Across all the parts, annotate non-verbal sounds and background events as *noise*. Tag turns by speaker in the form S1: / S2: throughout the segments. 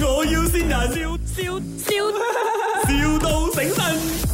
S1: 要先人，笑笑笑，,笑到醒神。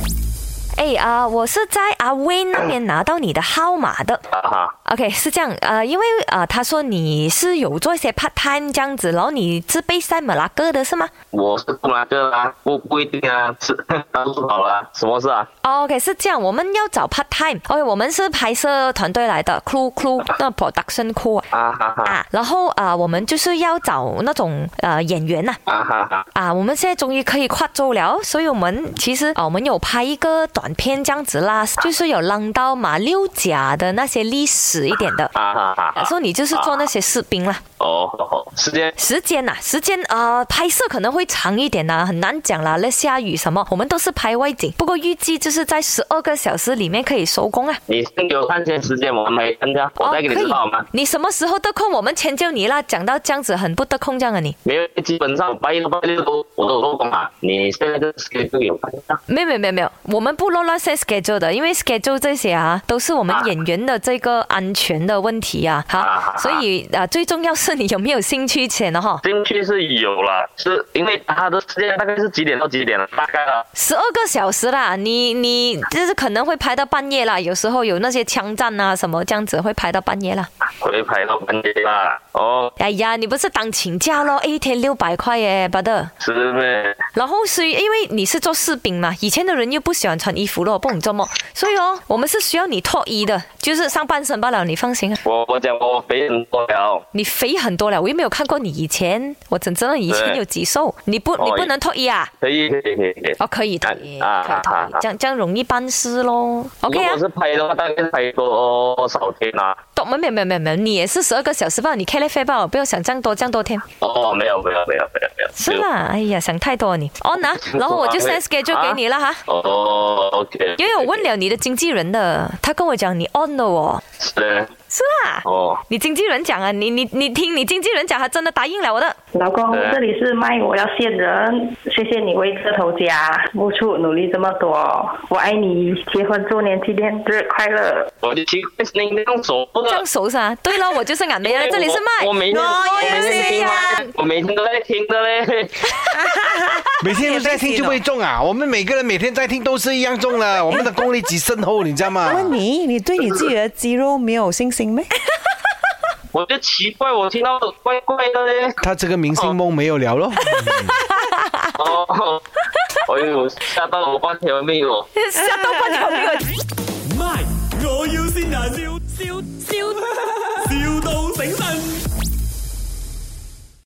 S2: 哎啊、我是在阿威那边拿到你的号码的。
S3: 啊哈，
S2: OK，是这样，呃，因为呃，他说你是有做一些 part time 这样子，然后你是被塞马拉哥的是吗？
S3: 我是布拉哥啦，不不一定啊，是 *laughs* 他说好了，什么事啊？
S2: 哦 OK，是这样，我们要找 part time。OK，我们是拍摄团队来的，crew crew 那 production crew 啊
S3: 啊哈哈，
S2: 啊，然后啊、呃我们就是要找那种呃演员呐、
S3: 啊哈哈，
S2: 啊。我们现在终于可以跨州了，所以我们其实啊、我们有拍一个短片这样子啦，就是有浪到马六甲的那些历史一点的，
S3: 啊哈
S2: 啊
S3: 哈，
S2: 所以你就是做那
S3: 啊
S2: 些士兵啦。
S3: 哦哦，哦时间
S2: 时间呐、时间呃，拍摄可能会长一点呐、啊很难讲啦。那下雨什么，我们都是拍外景，不过预计就是在十二个小时里面可以收工啊。
S3: 你先给我看一下时间，我还没参加，
S2: 哦
S3: 我再给你知道好吗？
S2: 你什么时候得空，我们迁就你啦。讲到这样子，很不得空这样啊你。
S3: 没有，基本上拜一到拜六都我都有做工啊。你现在这个 schedule 有看一下？
S2: 没有没有没有没有，我们不乱乱 set schedule 的，因为 schedule 这些啊，都是我们
S3: 啊
S2: 演员的这个安全的问题啊。好，
S3: 啊
S2: 所以啊，最重要是你有没有兴趣先哦哈。
S3: 进去是有了，是因为他的时间大概是几点到几点了？大概啊，
S2: 十二个小时啦，你你就是可能会拍到半夜啦，有时候有那些枪战啊什么这样子会拍到半夜啦。
S3: 会排到半夜啦。哦，
S2: 哎呀，你不是当请假咯，一天六百块耶，巴的。
S3: 是咩？
S2: 然后是因为你是做士兵嘛，以前的人又不喜欢穿衣服咯，不懂做么，所以哦，我们是需要你脱衣的，就是上半身罢了，你放心啊。
S3: 我我讲我肥很多了，
S2: 你肥很多了，我又没有看过你以前，我怎知道你以前
S3: 对
S2: 有几瘦？你不
S3: 哦
S2: 你不能脱衣啊？
S3: 可以可以可以可以。
S2: 哦，可以脱衣，
S3: 啊啊
S2: 可以脱
S3: 啊
S2: 衣
S3: 啊，
S2: 这样这样容易办事咯。OK 啊
S3: 如果。是拍的话，大概是拍多少天啊？
S2: 懂吗？没有没有没有没有，你也是十二个小时吧？你开了飞吧，不要想这样多这样多天。
S3: 哦，没有没有没有没有没有。
S2: 是啦，哎呀，想太多你。哦拿，然后我啊就 send schedule 给你了哈。
S3: 哦，OK。
S2: 因为我问了你的经纪人的，他跟我讲你 on 了哦。
S3: 是
S2: 是啦，
S3: 哦，
S2: 你经纪人讲啊，你你你听你经纪人讲，他真的答应了我的。
S4: 老公，
S3: 对
S4: 这里是麦，我要卸人。谢谢你为这头家付出努力这么多，我爱你。结婚周年纪念日快乐！
S3: 我就奇怪是你那种手不
S2: 这
S3: 能
S2: 样。熟是啊？对了，我就是俺梅了，这里是麦。
S3: 我每天我每天听
S2: 呀。
S3: 我每天都在听
S2: *laughs*
S3: 的嘞。
S5: 每天都在听就会中啊！我们每个人每天在听都是一样中了，我们的功力极深厚，你知道吗？
S6: 问你，你对你自己的肌肉没有信心咩？
S3: 我就奇怪，我听到怪怪的嘞。
S5: 他这个明星梦没有聊咯。
S2: *laughs*
S3: 哦，哎呦，吓到我半条命哦。
S2: 吓到半条命。